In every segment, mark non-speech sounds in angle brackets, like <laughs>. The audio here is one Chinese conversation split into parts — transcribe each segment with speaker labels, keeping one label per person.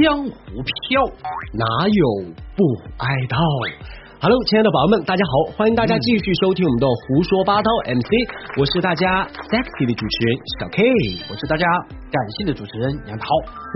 Speaker 1: 江湖飘，哪有不挨刀？Hello，亲爱的宝宝们，大家好，欢迎大家继续收听我们的胡说八道 MC，我是大家 sexy 的主持人小 K，
Speaker 2: 我是大家感谢的主持人杨涛。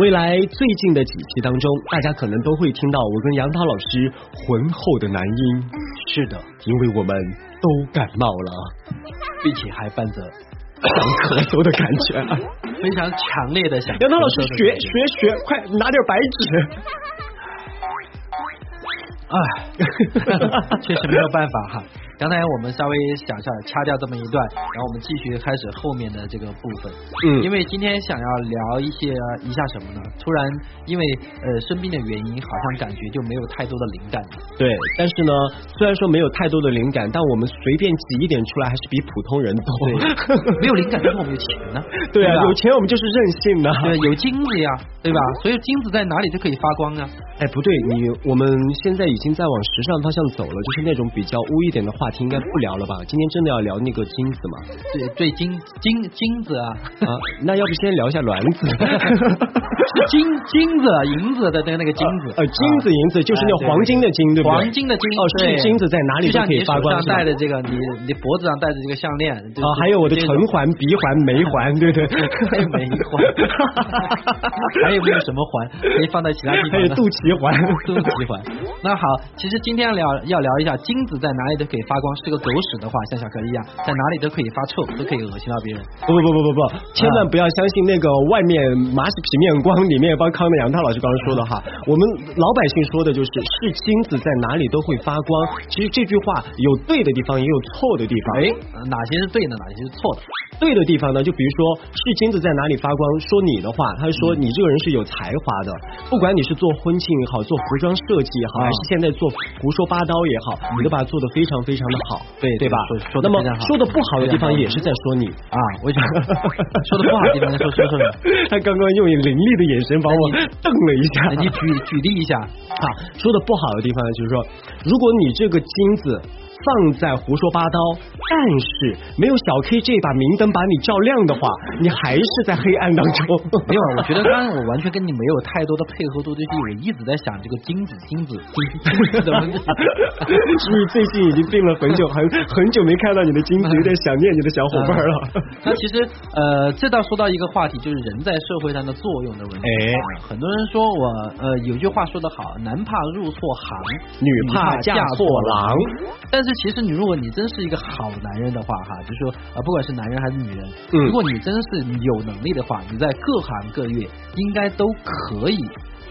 Speaker 1: 未来最近的几期当中，大家可能都会听到我跟杨涛老师浑厚的男音，
Speaker 2: 是的，
Speaker 1: 因为我们都感冒了，
Speaker 2: 并且还伴
Speaker 1: <coughs>
Speaker 2: 着
Speaker 1: 想咳嗽的感觉。啊
Speaker 2: 非常强烈的想。
Speaker 1: 杨涛老师学学学，快拿点白纸。
Speaker 2: 哎，
Speaker 1: <laughs>
Speaker 2: 确实没有办法哈。刚才我们稍微想一下，掐掉这么一段，然后我们继续开始后面的这个部分。
Speaker 1: 嗯
Speaker 2: 因为今天想要聊一些呃一下什么呢？突然因为呃生病的原因，好像感觉就没有太多的灵
Speaker 1: <laughs>
Speaker 2: 感了。
Speaker 1: 对，但是呢，虽然说没有太多的灵感，但我们随便挤一点出来还是比普通人多。 <laughs>
Speaker 2: 对，没有灵感，但是我们有钱呢。
Speaker 1: 对啊，
Speaker 2: 吧
Speaker 1: 有钱我们就是任性的。
Speaker 2: 对，有金子呀，对吧？所以金子在哪里就可以发光啊。
Speaker 1: 哎，不对，你我们现在已经在往时尚方向走了，就是那种比较污一点的话题，应该不聊了吧？今天真的要聊那个金子吗？
Speaker 2: 对对，金金金子啊，
Speaker 1: 啊，那要不先聊一下卵 <laughs> 子？
Speaker 2: <laughs> 金金子银子的那个那个金子，
Speaker 1: 呃，金子、银子就是那种
Speaker 2: 哎
Speaker 1: 黄金的金，对不对？
Speaker 2: 黄金的金
Speaker 1: 哦，是
Speaker 2: 对
Speaker 1: 金子在哪里
Speaker 2: 就
Speaker 1: 都
Speaker 2: 像
Speaker 1: 可
Speaker 2: 你
Speaker 1: 以
Speaker 2: 手
Speaker 1: 发光
Speaker 2: 上
Speaker 1: 是吧
Speaker 2: 戴的这个，你你脖子上戴的这个项链，对
Speaker 1: 啊，还有我的
Speaker 2: 这 <laughs> 种
Speaker 1: 唇环、鼻环、眉环，对不对？
Speaker 2: 还 <laughs> 有眉
Speaker 1: <laughs>
Speaker 2: 环，还有没有什么环可以放在其他地
Speaker 1: 还
Speaker 2: 方
Speaker 1: 有
Speaker 2: 呢？
Speaker 1: <laughs> 肚脐环，
Speaker 2: <laughs> 肚脐环。那好，其实今天聊要聊一下金子在哪里都可以发光，是个狗屎的话，像小可一样，在哪里都可以发臭，都可以恶心到别人。
Speaker 1: 不不不不不
Speaker 2: 啊
Speaker 1: 不，千万不要相信那个外面马屎皮面光，里面帮康的杨涛老师刚刚说的哈。我们老百姓说的就是是金子在哪里都会发光。其实这句话有对的地方，也有错的地方。
Speaker 2: 哎，哪些是对的，哪些是错的？
Speaker 1: 对的地方呢，就比如说是金子在哪里发光，说你的话，他就说你这个人是有才华的，不管你是做婚庆也好，做服装设计也
Speaker 2: 啊
Speaker 1: 好，还是现在做胡说八道也好，你都把它做的非常非常的好，
Speaker 2: 对
Speaker 1: 对吧
Speaker 2: 说？说得
Speaker 1: 那
Speaker 2: 非
Speaker 1: 么
Speaker 2: 常好
Speaker 1: 说的不好的地方也是在 <laughs> 说你。
Speaker 2: 啊，为什么说的不好
Speaker 1: <laughs>
Speaker 2: 的地方说说说什么？
Speaker 1: 他刚刚用凌厉的眼神把我瞪了
Speaker 2: <laughs>
Speaker 1: 一下。
Speaker 2: 哎你举举例一下，
Speaker 1: 啊，说的不哎好的地方就是说，如果你这个金子放在胡说八道，但是没有小 K 这把明灯把你照亮的 <laughs> 话，你还是在黑暗当 <laughs> 中。
Speaker 2: 没有，我觉得刚刚我完全跟你没有太多的配合度对比，我一直在想这个金子金子金子的问题。
Speaker 1: 你最近已经病了很久，很很久没看到你的金子，有点想念你的小伙伴了。
Speaker 2: 那其实呃，这倒说到一个话题，就是人在社会上的作用的问题。
Speaker 1: 哎
Speaker 2: 啊很多人说我呃有句话说得好，男怕入错行，
Speaker 1: 女怕嫁错郎，
Speaker 2: 但是其实你如果你真是一个好男人的话，哈，就是说呃，不管是男人还是女人，
Speaker 1: 嗯
Speaker 2: 如果你真是有能力的话，你在各行各业应该都可以，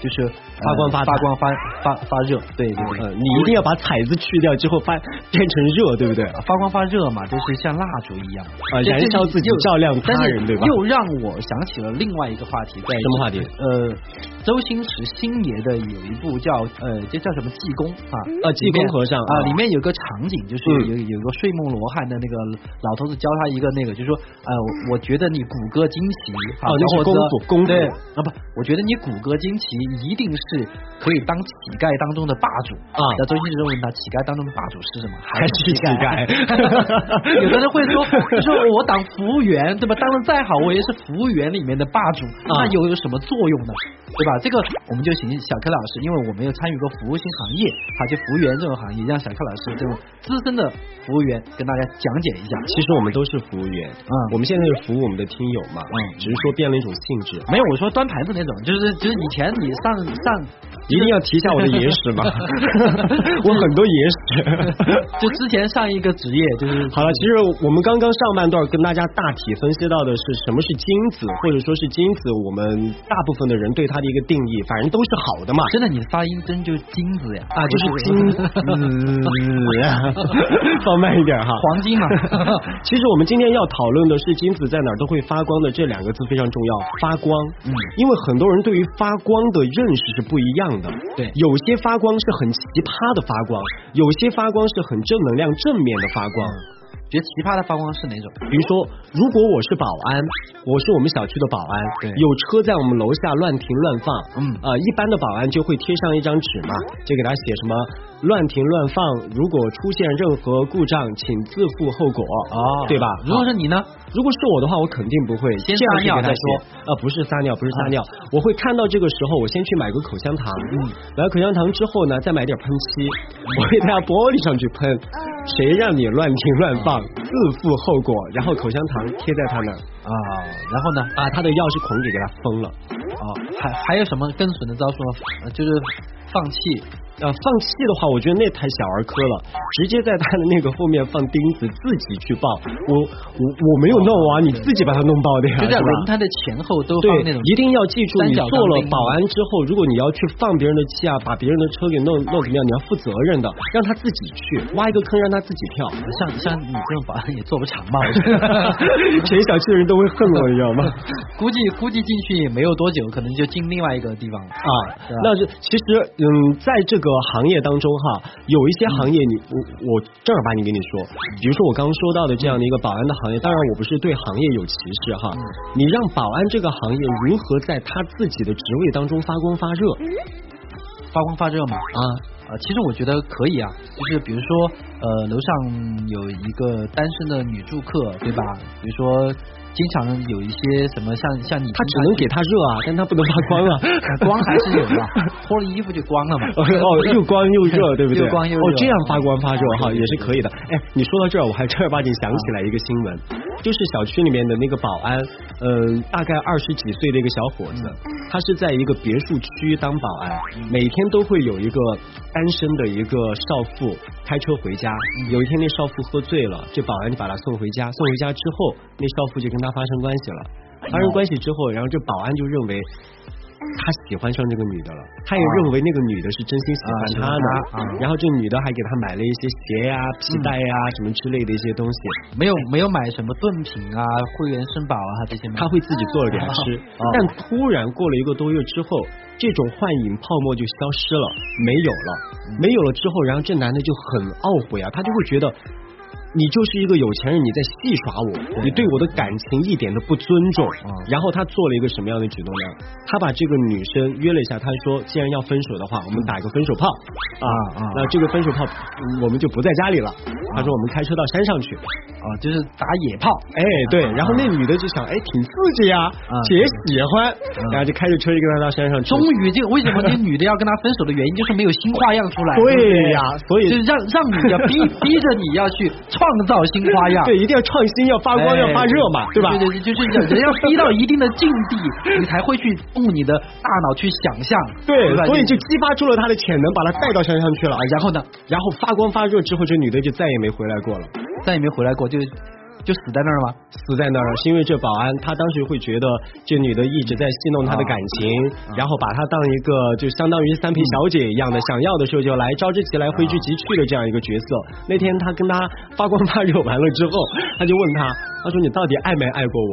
Speaker 2: 就是、呃
Speaker 1: 发光发财
Speaker 2: 发光发发发热，对对对。
Speaker 1: 呃，你一定要把彩字去掉之后发变成热，对不对？
Speaker 2: 发光发热嘛，就是像蜡烛一样
Speaker 1: 啊
Speaker 2: 这
Speaker 1: 燃
Speaker 2: 这
Speaker 1: 烧自己
Speaker 2: 又
Speaker 1: 照亮他
Speaker 2: 但是
Speaker 1: 人对吧
Speaker 2: 又让我想起了另外一个话题，在
Speaker 1: 什么话题
Speaker 2: 呃，周星驰星爷的有一部叫呃，这叫什么济公啊？
Speaker 1: 啊济
Speaker 2: 里
Speaker 1: 公
Speaker 2: 面
Speaker 1: 和尚
Speaker 2: 啊
Speaker 1: 啊，
Speaker 2: 里面有个场景，就是
Speaker 1: 嗯
Speaker 2: 有有个睡梦罗汉的那个老头子教他一个那个，就是说呃，我我觉得你骨骼惊奇啊，
Speaker 1: 哦那是
Speaker 2: 小伙子
Speaker 1: 功夫功夫
Speaker 2: 对啊不，我觉得你骨骼惊奇一定是可以当乞丐当中的霸主
Speaker 1: 啊
Speaker 2: 那周星驰就问他，乞丐当中的霸主是什么？还
Speaker 1: 还
Speaker 2: 是
Speaker 1: 是乞丐
Speaker 2: <laughs> 有的人会说，就说我当服务员，对吧？当的再好，我也是服务员里面的霸主，那又有什么作用呢？对吧？这个我们就请小柯老师，因为我没有参与过服务性行业，哈，就服务员这种行业，让小柯老师这种资深的服务员跟大家讲解一下。
Speaker 1: 其实我们都是服务员，
Speaker 2: 嗯
Speaker 1: 我们现在是服务我们的听友嘛，
Speaker 2: 嗯
Speaker 1: 只是说变了一种性质。
Speaker 2: 没有，我说端盘子那种，就是就是以前你上上 <laughs>
Speaker 1: 一定要提一下我的野史嘛，我很多野史。 <laughs> 是。
Speaker 2: 就之前上一个职业就是
Speaker 1: <laughs> 好了，其实我们刚刚上半段跟大家大体分析到的是什么是精子，或者说是精子，我们大部分的人对它的一个定义，反正都是好的嘛。
Speaker 2: 真的，你发音真就是金子呀，
Speaker 1: 啊，就
Speaker 2: <laughs>
Speaker 1: 是精子，放慢一点哈。
Speaker 2: 黄金
Speaker 1: <laughs>
Speaker 2: 嘛。
Speaker 1: 其实我们今天要讨论的是金子在哪儿都会发光的这两个字非常重要，发光。嗯，因为很多人对于发光的认识是不一样的。
Speaker 2: 对
Speaker 1: 有些发光是很奇葩的发光，有些发光是很正能量、正面的发光。
Speaker 2: 觉得奇葩的发光是哪种？
Speaker 1: 比如说，如果我是保安，我是我们小区的保安，
Speaker 2: 对
Speaker 1: 有车在我们楼下乱停乱放，
Speaker 2: 嗯
Speaker 1: 啊、一般的保安就会贴上一张纸嘛，就给他写什么乱停乱放，如果出现任何故障，请自负后果，哦对吧？哦
Speaker 2: 如果是你呢？
Speaker 1: 如果是我的话，我肯定不会
Speaker 2: 先
Speaker 1: 这样去
Speaker 2: 撒尿
Speaker 1: 给他
Speaker 2: 再
Speaker 1: 写啊、不是撒尿，不是撒尿，我会看到这个时候，我先去买个口香糖，
Speaker 2: 嗯
Speaker 1: 买了口香糖之后呢，再买点喷漆，我会在玻璃上去喷，
Speaker 2: 嗯
Speaker 1: 谁让你乱停乱放，自负后果。然后口香糖贴在他那儿，
Speaker 2: 啊，然后呢？
Speaker 1: 把他的钥匙孔给给他封了，
Speaker 2: 啊，还还有什么更损的招数吗？呃就是放
Speaker 1: <laughs>
Speaker 2: 弃。
Speaker 1: 呃，放气的话，我觉得那太小儿科了，直接在他的那个后面放钉子，自己去爆。我我我没有弄啊，你自己把它弄爆的呀，
Speaker 2: 就在
Speaker 1: 是吧
Speaker 2: 轮胎的前后都
Speaker 1: 对
Speaker 2: 放那种，
Speaker 1: 一定要记住，
Speaker 2: 三
Speaker 1: 你
Speaker 2: 角
Speaker 1: 做
Speaker 2: 钢
Speaker 1: 了
Speaker 2: 钉
Speaker 1: 保安之后，如果你要去放别人的气啊，把别人的车给弄弄怎么样，你要负责任的，让他自己去挖一个坑，让他自己
Speaker 2: <laughs>
Speaker 1: 跳。
Speaker 2: <laughs> 像像你这种保安也做不长吧？我觉得，
Speaker 1: <laughs> 全小区的人都会恨我，你知道
Speaker 2: <laughs>
Speaker 1: 吗？
Speaker 2: 估计估计进去也没有多久，可能就进另外一个地方了。
Speaker 1: 啊，那是其实嗯，在这个行业当中哈，有一些行业你
Speaker 2: 嗯
Speaker 1: 我我正儿八经跟你说，比如说我刚刚说到的这样的一个保安的行业，当然我不是对行业有歧视
Speaker 2: 嗯
Speaker 1: 哈，你让保安这个行业如何在他自己的职位当中发光发热
Speaker 2: 发光发热嘛。
Speaker 1: 啊？
Speaker 2: 啊，其实我觉得可以啊，就是比如说，呃，楼上有一个单身的女住客，对吧？比如说，经常有一些什么像像你，
Speaker 1: 他只能给他热啊，但他不能发光啊。
Speaker 2: <laughs> 光还是有的，脱了衣服就光了嘛。
Speaker 1: <laughs> 哦，又光又
Speaker 2: <laughs>
Speaker 1: 热，对不对？
Speaker 2: 又光又热嗯
Speaker 1: 哦，这样发光发热哈，也是可以的。哎，你说到这儿，我还正儿八经想起来一个新闻，就是小区里面的那个保安，嗯、大概二十几岁的一个小伙子，
Speaker 2: 嗯
Speaker 1: 他是在一个别墅区当保安，每天都会有一个单身的一个少妇开车回家。
Speaker 2: 嗯
Speaker 1: 有一天那少妇喝醉了，这保安就把她送回家，送回家之后，那少妇就跟他发生关系了。发生关系之后，然后这保安就认为他喜欢上这个女的了，他也认为那个女的是真心喜
Speaker 2: 哦
Speaker 1: 欢他的
Speaker 2: 啊喜欢她啊，
Speaker 1: 然后这女的还给他买了一些鞋呀、皮带呀什么之类的一些东西，
Speaker 2: 没有没有买什么盾品啊、会员绅宝啊这些吗？
Speaker 1: 他会自己做了给他吃
Speaker 2: 啊。
Speaker 1: 但突然过了一个多月之后，这种幻影泡沫就消失了，没有了，没有了之后，然后这男的就很懊悔啊，他就会觉得。你就是一个有钱人，你在戏耍我，你对我的感情一点都不尊重。然后他做了一个什么样的举动呢？他把这个女生约了一下，他说：“既然要分手的话，我们打一个分手炮啊
Speaker 2: 啊啊
Speaker 1: 那这个分手炮，嗯我们就不在家里了。他说：“我们开车到山上去。”
Speaker 2: 啊，就是打野炮。
Speaker 1: 哎，对，
Speaker 2: 啊
Speaker 1: 然后那女的就想，哎，挺刺激呀，姐喜欢，然后就开着车就跟他到山上
Speaker 2: 嗯
Speaker 1: 去。
Speaker 2: 终于，这个为什么这女的要跟他分手的原因，就是没有新花样出来。不
Speaker 1: <laughs> 对呀，所以
Speaker 2: 就是让让你要逼逼着你要去创造新花样。
Speaker 1: 对，一定要创新，要发光，要发热嘛，
Speaker 2: 对
Speaker 1: 吧？
Speaker 2: 哎对对，就是
Speaker 1: <laughs>
Speaker 2: 人人要逼到一定的境地，你才会去用你的大脑去想象。
Speaker 1: 对
Speaker 2: 吧，
Speaker 1: 所以就激发出了他的潜能，把他带到山上去了。啊然后呢？然后发光发热之后，这女的就再也没回来过了，
Speaker 2: 再也没回来过，就就死在那儿了吗？
Speaker 1: 死在那儿了。是因为这保安，他当时会觉得这女的一直在戏弄他的
Speaker 2: 啊
Speaker 1: 感情，然后把他当一个就相当于三陪小姐一样的，想要的时候就来，招之即来，挥之即去的这样一个角色。那天他跟他发光发热完了之后，他就问他，他说你到底爱没爱过我？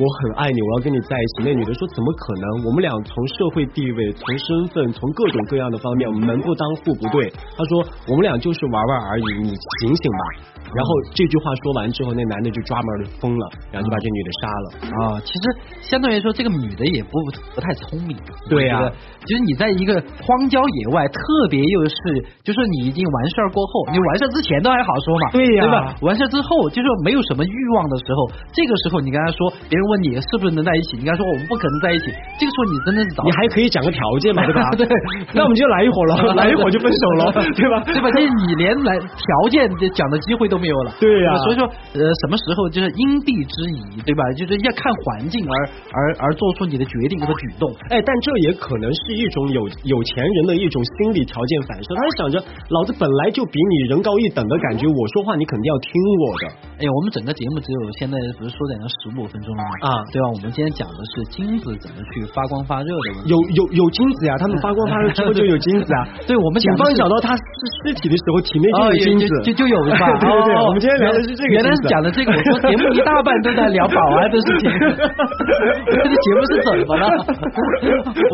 Speaker 1: 我很爱你，我要跟你在一起。那女的说怎么可能？我们俩从社会地位、从身份、从各种各样的方面，我们门不当户不对。他说我们俩就是玩玩而已，你醒醒吧。然后这句话说完之后，那男的就抓门的疯了，然后就把这女的杀了。
Speaker 2: 啊，其实相对来说，这个女的也不不太聪明。
Speaker 1: 对啊呀
Speaker 2: 我觉得就是你在一个荒郊野外，特别又是，就是你已经完事儿过后，你完事儿之前都还好说嘛，
Speaker 1: 啊对呀
Speaker 2: 对吧？完事儿之后，就是没有什么欲望的时候，这个时候你跟他说，别人问你是不是能在一起，你跟他说我们不可能在一起，这个时候你真的是找
Speaker 1: 你还可以讲个条件嘛，对吧？
Speaker 2: <laughs> 对
Speaker 1: <laughs> 那我
Speaker 2: <laughs>
Speaker 1: <laughs> 们就来一伙喽，来一伙就分手喽，对吧？
Speaker 2: 对吧？这你连来条件讲的机会都没有了。
Speaker 1: 对呀
Speaker 2: 那所以说呃，什么时候就是因地制宜，对吧？就是要看环境而而而做出你的决定和举动。
Speaker 1: 哎，但这也可能是一种有有钱人的一种心理条件反射，他就想着老子本来就比你人高一等的感觉，我说话你肯定要听我的。
Speaker 2: 哎，我们整个节目只有现在不是缩减到十五分钟了吗？
Speaker 1: 啊
Speaker 2: 对吧？我们今天讲的是金子怎么去发光发热的
Speaker 1: <laughs>
Speaker 2: 问题。
Speaker 1: 有有有精子呀，他们发光发热之后就有精子啊。
Speaker 2: <laughs> 对我们
Speaker 1: 警
Speaker 2: 讲的
Speaker 1: 方
Speaker 2: 是
Speaker 1: 找到他尸尸体的时候，体内就
Speaker 2: 哦
Speaker 1: 有
Speaker 2: 也
Speaker 1: 精子，
Speaker 2: 就就就有是吧？
Speaker 1: <laughs> 对对对，
Speaker 2: 哦
Speaker 1: 我们今天聊的是这个精子。啊
Speaker 2: 原来是讲的这个，我说节目一大半都在聊啊保
Speaker 1: <laughs>
Speaker 2: 安的事情， <laughs> 这个节目是怎么了？ <laughs>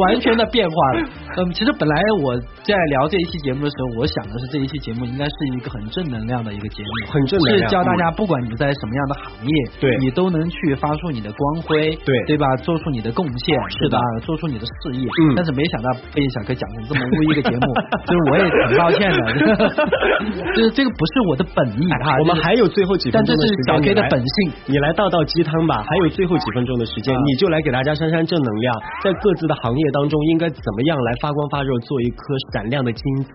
Speaker 2: 完全的变化了。嗯，其实本来我在聊这一期节目的时候，我想的是这一期节目应该是一个很正能量的一个节目，
Speaker 1: <laughs> 很正能量
Speaker 2: 是教大家不管你在什么样的行业，
Speaker 1: 对
Speaker 2: 你都能去发出你的光辉，
Speaker 1: 对
Speaker 2: 对吧？做出你的贡献，
Speaker 1: 是
Speaker 2: 对
Speaker 1: 的
Speaker 2: 吧？做出你的事业。
Speaker 1: 嗯
Speaker 2: 但是没想到被小哥讲成这么污一个节
Speaker 1: <laughs>
Speaker 2: 目，就是我也挺抱歉的， <laughs> 就是这个不是我的本意哈。
Speaker 1: 哎我们
Speaker 2: 哎就是
Speaker 1: 还有最后几分钟的时间，
Speaker 2: 但这是小 K 的
Speaker 1: 你来
Speaker 2: 本性
Speaker 1: 你来倒倒鸡汤吧。还有最后几分钟的时间，
Speaker 2: 啊
Speaker 1: 你就来给大家煽煽正能量，在各自的行业当中应该怎么样来发光发热，做一颗闪亮的金子。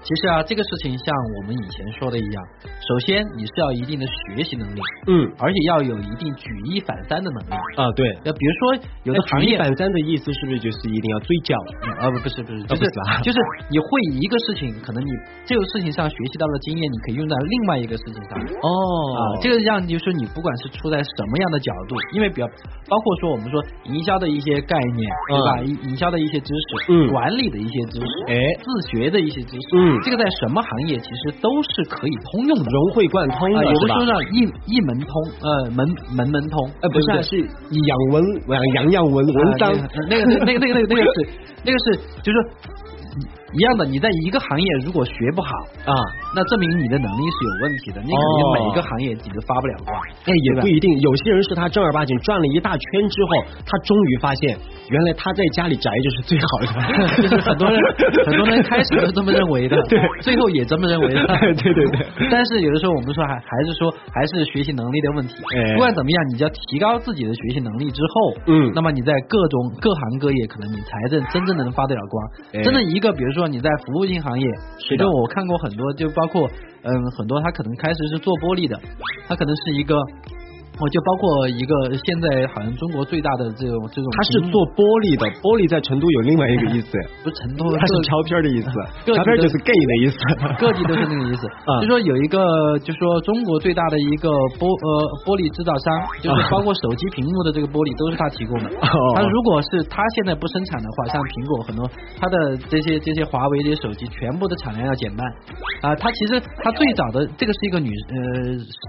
Speaker 2: 其实啊，这个事情像我们以前说的一样，首先你是要一定的学习能力，
Speaker 1: 嗯
Speaker 2: 而且要有一定举一反三的能力。
Speaker 1: 啊，对。
Speaker 2: 那比如说有的
Speaker 1: 那
Speaker 2: 行
Speaker 1: 举一
Speaker 2: 业
Speaker 1: 反三的意思是不是就是一定要追焦？
Speaker 2: 啊不不是不是
Speaker 1: 啊
Speaker 2: 就
Speaker 1: 不
Speaker 2: 是
Speaker 1: 是啊
Speaker 2: 就是你会一个事情，可能你这个事情上学习到了经验，你可以用到另外一个事情上。
Speaker 1: 哦
Speaker 2: 啊，这个让就是你不管是出在什么样的角度，因为比较包括说我们说营销的一些概念，对吧？营、营销的一些知识，
Speaker 1: 嗯
Speaker 2: 管理的一些知识，
Speaker 1: 哎
Speaker 2: 自学的一些知识，
Speaker 1: 嗯
Speaker 2: 这个在什么行业其实都是可以通用的。
Speaker 1: 融会贯通
Speaker 2: 啊，
Speaker 1: 的
Speaker 2: 也不
Speaker 1: 是
Speaker 2: 是
Speaker 1: 吧？
Speaker 2: 说让一一门通，呃，门门门通，
Speaker 1: 呃，不是啊，
Speaker 2: 对对
Speaker 1: 是养文养养文文章
Speaker 2: 啊那个那 <laughs> 个那个那个那个那个是那个是就是说一样的，你在一个行业如果学不好，
Speaker 1: 啊，
Speaker 2: 那证明你的能力是有问题的，你肯定
Speaker 1: 哦
Speaker 2: 每一个行业你都发不了光。
Speaker 1: 哎，
Speaker 2: 对
Speaker 1: 也
Speaker 2: 吧
Speaker 1: 不一定。有些人是他正儿八经转了一大圈之后，他终于发现，原来他在家里宅着是最好的。
Speaker 2: <laughs> 就是很
Speaker 1: <laughs>
Speaker 2: 多人很多人开始都这么认为的，
Speaker 1: 对，
Speaker 2: 最后也这么认为的
Speaker 1: <laughs> 对对对。
Speaker 2: <laughs> 但是有的时候我们说还还是说还是学习能力的问题
Speaker 1: 哎，
Speaker 2: 不管怎么样，你要提高自己的学习能力之后，
Speaker 1: 嗯
Speaker 2: 那么你在各种各行各业，可能你才真真正的能发得了
Speaker 1: 哎
Speaker 2: 光。真的一个，比如说你在服务性行业，
Speaker 1: 是的
Speaker 2: 就我看过很多，就包括嗯很多他可能开始是做玻璃的，他可能是一个。哦，就包括一个现在好像中国最大的这种这种，
Speaker 1: 他是做玻璃的，玻璃在成都有另外一
Speaker 2: <laughs>
Speaker 1: 个意思，
Speaker 2: 不是成都，
Speaker 1: 它是
Speaker 2: 就
Speaker 1: 桥片儿的意思，
Speaker 2: 各
Speaker 1: <laughs> 桥片儿就是 gay 的意思。
Speaker 2: <laughs> 各
Speaker 1: <laughs>
Speaker 2: 地都是那个意思。
Speaker 1: 嗯
Speaker 2: 就说有一个，就说中国最大的一个玻呃玻璃制造
Speaker 1: <laughs>
Speaker 2: 商，就是
Speaker 1: 嗯
Speaker 2: 包括手机屏幕的这个玻璃都是他提供的。
Speaker 1: 哦
Speaker 2: 他如果是他现在不生产的话，像苹果很多它的这些这些华为这些手机全部的产量要减半。啊，它其实它最早的这个是一个女呃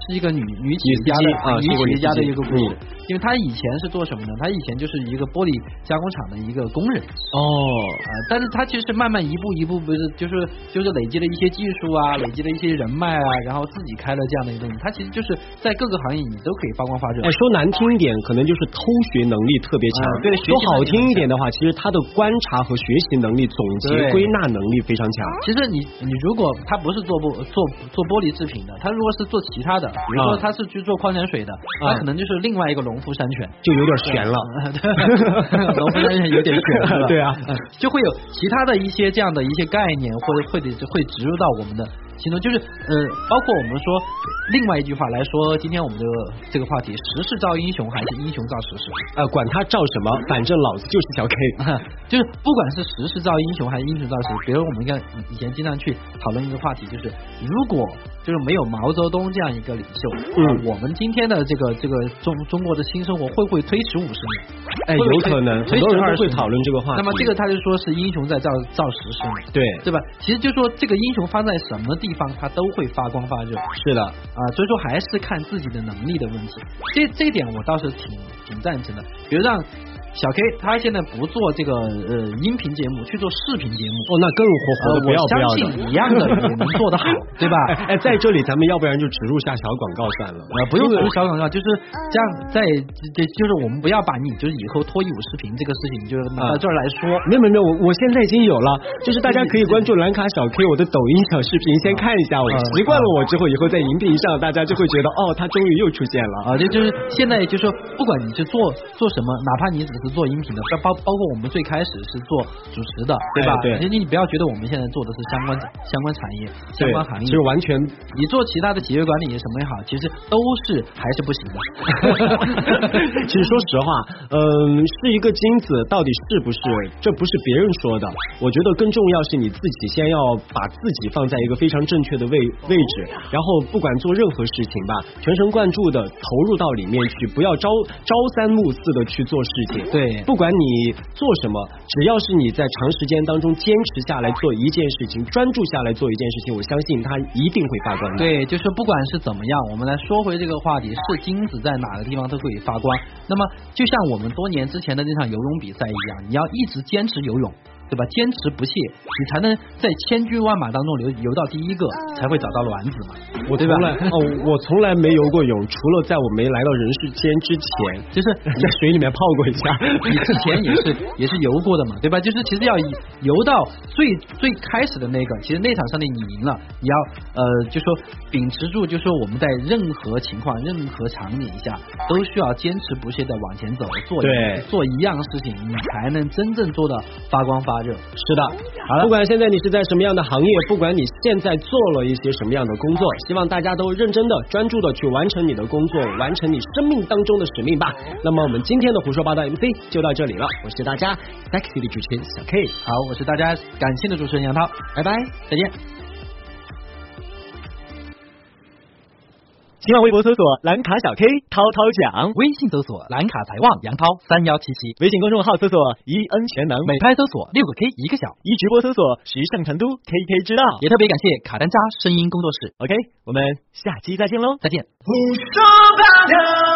Speaker 2: 是一个女女企业家
Speaker 1: 女司
Speaker 2: 的企
Speaker 1: 机啊是一个女
Speaker 2: 业
Speaker 1: 司
Speaker 2: 家的
Speaker 1: 机
Speaker 2: 一个故事
Speaker 1: 嗯，
Speaker 2: 因为她以前是做什么呢？她以前就是一个玻璃加工厂的一个工人。
Speaker 1: 哦，
Speaker 2: 啊，但是他其实慢慢一步一步不是就是就是累积了一些技术啊，累积了一些人脉啊，然后自己开了这样的一个东西。他其实就是在各个行业你都可以发光发热
Speaker 1: 哎，。说难听一点，可能就是偷学能力特别强
Speaker 2: 啊；对学习
Speaker 1: 说
Speaker 2: 能力
Speaker 1: 好听一点的话，其实他的观察和学习能力、总结
Speaker 2: 对
Speaker 1: 归纳能力非常强。
Speaker 2: 其实你你如果他不是做玻做做玻璃制品的，他如果是做其他的，比如说
Speaker 1: 啊
Speaker 2: 他是去做矿泉水的，
Speaker 1: 啊
Speaker 2: 那可能就是另外一个农夫山泉。
Speaker 1: 就有点悬了。
Speaker 2: <laughs> 农夫山泉有点悬是吧
Speaker 1: <laughs> 对啊
Speaker 2: 嗯就会有其他的一些这样的一些概念，或者会得会植入到我们的其中，就是呃，包括我们说另外一句话来说，今天我们的这个话题，时势造英雄还是英雄造时势？
Speaker 1: 呃，管他照什么，反正老子就是小 K。
Speaker 2: <laughs> 就是不管是时势造英雄还是英雄造时，比如我们看以前经常去讨论一个话题，就是如果就是没有毛泽东这样一个领袖，
Speaker 1: 嗯
Speaker 2: 啊我们今天的这个这个中中国的新生活会不会推迟五十年？
Speaker 1: 哎，
Speaker 2: 会不会
Speaker 1: 有可能，
Speaker 2: 推
Speaker 1: 很多人都
Speaker 2: 推
Speaker 1: 会
Speaker 2: 迟20
Speaker 1: 讨论这个话题。
Speaker 2: 那么这个他就说是英雄在造造时势嘛，
Speaker 1: 对，
Speaker 2: 对吧？其实就说这个英雄发在什么地方，他都会发光发热
Speaker 1: 是的，
Speaker 2: 啊，所以说还是看自己的能力的问题。这这一点我倒是挺挺赞成的，比如让。小 K 他现在不做这个呃音频节目，去做视频节目，
Speaker 1: 哦，那更火火的
Speaker 2: 呃
Speaker 1: 不要
Speaker 2: 我
Speaker 1: 不要
Speaker 2: 相
Speaker 1: 的。
Speaker 2: 信一样的 <laughs> 也能做得好，对吧？
Speaker 1: <laughs>
Speaker 2: 呃
Speaker 1: 哎，在这里咱们要不然就植入下小广告算了。
Speaker 2: 呃，不用
Speaker 1: 因为
Speaker 2: 读小广告，就是这样在，这就是我们不要把你就是以后脱衣舞视频这个事情，
Speaker 1: 啊
Speaker 2: 就是拿到这儿来说，
Speaker 1: 没有没有没有，我我现在已经有了，就是大家可以关注兰卡小 K 我的抖音小视频，先看一下。我
Speaker 2: 嗯
Speaker 1: 习惯了我之后，以后在荧屏上，大家就会觉得哦，他终于又出现了。
Speaker 2: 啊啊，这就是现在就是说，不管你是做做什么，哪怕你只是是做音频的，包包括我们最开始是做主持的，对吧？
Speaker 1: 哎对对
Speaker 2: 你你不要觉得我们现在做的是相关相关产业、相关行业
Speaker 1: 其，实完全。
Speaker 2: 你做其他的企业管理什么也好，其实都是还是不行的
Speaker 1: <laughs>
Speaker 2: <laughs>
Speaker 1: 其实说实话，嗯、是一个金子到底是不是，这不是别人说的。我觉得更重要是你自己先要把自己放在一个非常正确的位位置，然后不管做任何事情吧，全神贯注的投入到里面去，不要朝朝三暮四的去做事情。
Speaker 2: 对
Speaker 1: 不管你做什么，只要是你在长时间当中坚持下来做一件事情，专注下来做一件事情，我相信它一定会发光的。
Speaker 2: 对，就是不管是怎么样，我们来说回这个话题，是金子在哪个地方都会发光。那么，就像我们多年之前的那场游泳比赛一样，你要一直坚持游泳，对吧？坚持不懈，你才能在千军万马当中游游到第一个，才会找到卵子嘛。
Speaker 1: 我
Speaker 2: 对
Speaker 1: 从
Speaker 2: 吧
Speaker 1: 来哦，我从来没游过泳，除了在我没来到人世间之前， <laughs>
Speaker 2: 就是
Speaker 1: 在水里面泡过一下。
Speaker 2: <laughs> 你之前也是也是游过的嘛，对吧？就是其实要以游到最最开始的那个，其实那场胜利你赢了，你要呃就说秉持住，就说我们在任何情况、任何场景下都需要坚持不懈的往前走，做一
Speaker 1: 对
Speaker 2: 做一样事情，你才能真正做到发光发热。
Speaker 1: <laughs> 是的，好了，不管现在你是在什么样的行业，不管你现在做了一些什么样的工作，希望大家都认真的、专注的去完成你的工作，完成你生命当中的使命吧。那么我们今天的胡说八道 MC 就到这里了，我是大家 sexy 的主持人小 K，
Speaker 2: 好，我是大家感谢的主持人杨涛，
Speaker 1: 拜拜。
Speaker 2: 再见。
Speaker 1: 新浪微博搜索蓝卡小 K 涛涛讲，
Speaker 2: 微信搜索蓝卡财旺杨涛三幺七七，
Speaker 1: 微信公众号搜索伊恩全能
Speaker 2: 美拍搜索六个 K 一个小，
Speaker 1: 一直播搜索时尚成都 KK 知道。
Speaker 2: 也特别感谢卡丹扎声音工作室，哦
Speaker 1: OK，我们下期再见喽。
Speaker 2: 再见。
Speaker 3: 胡说八道。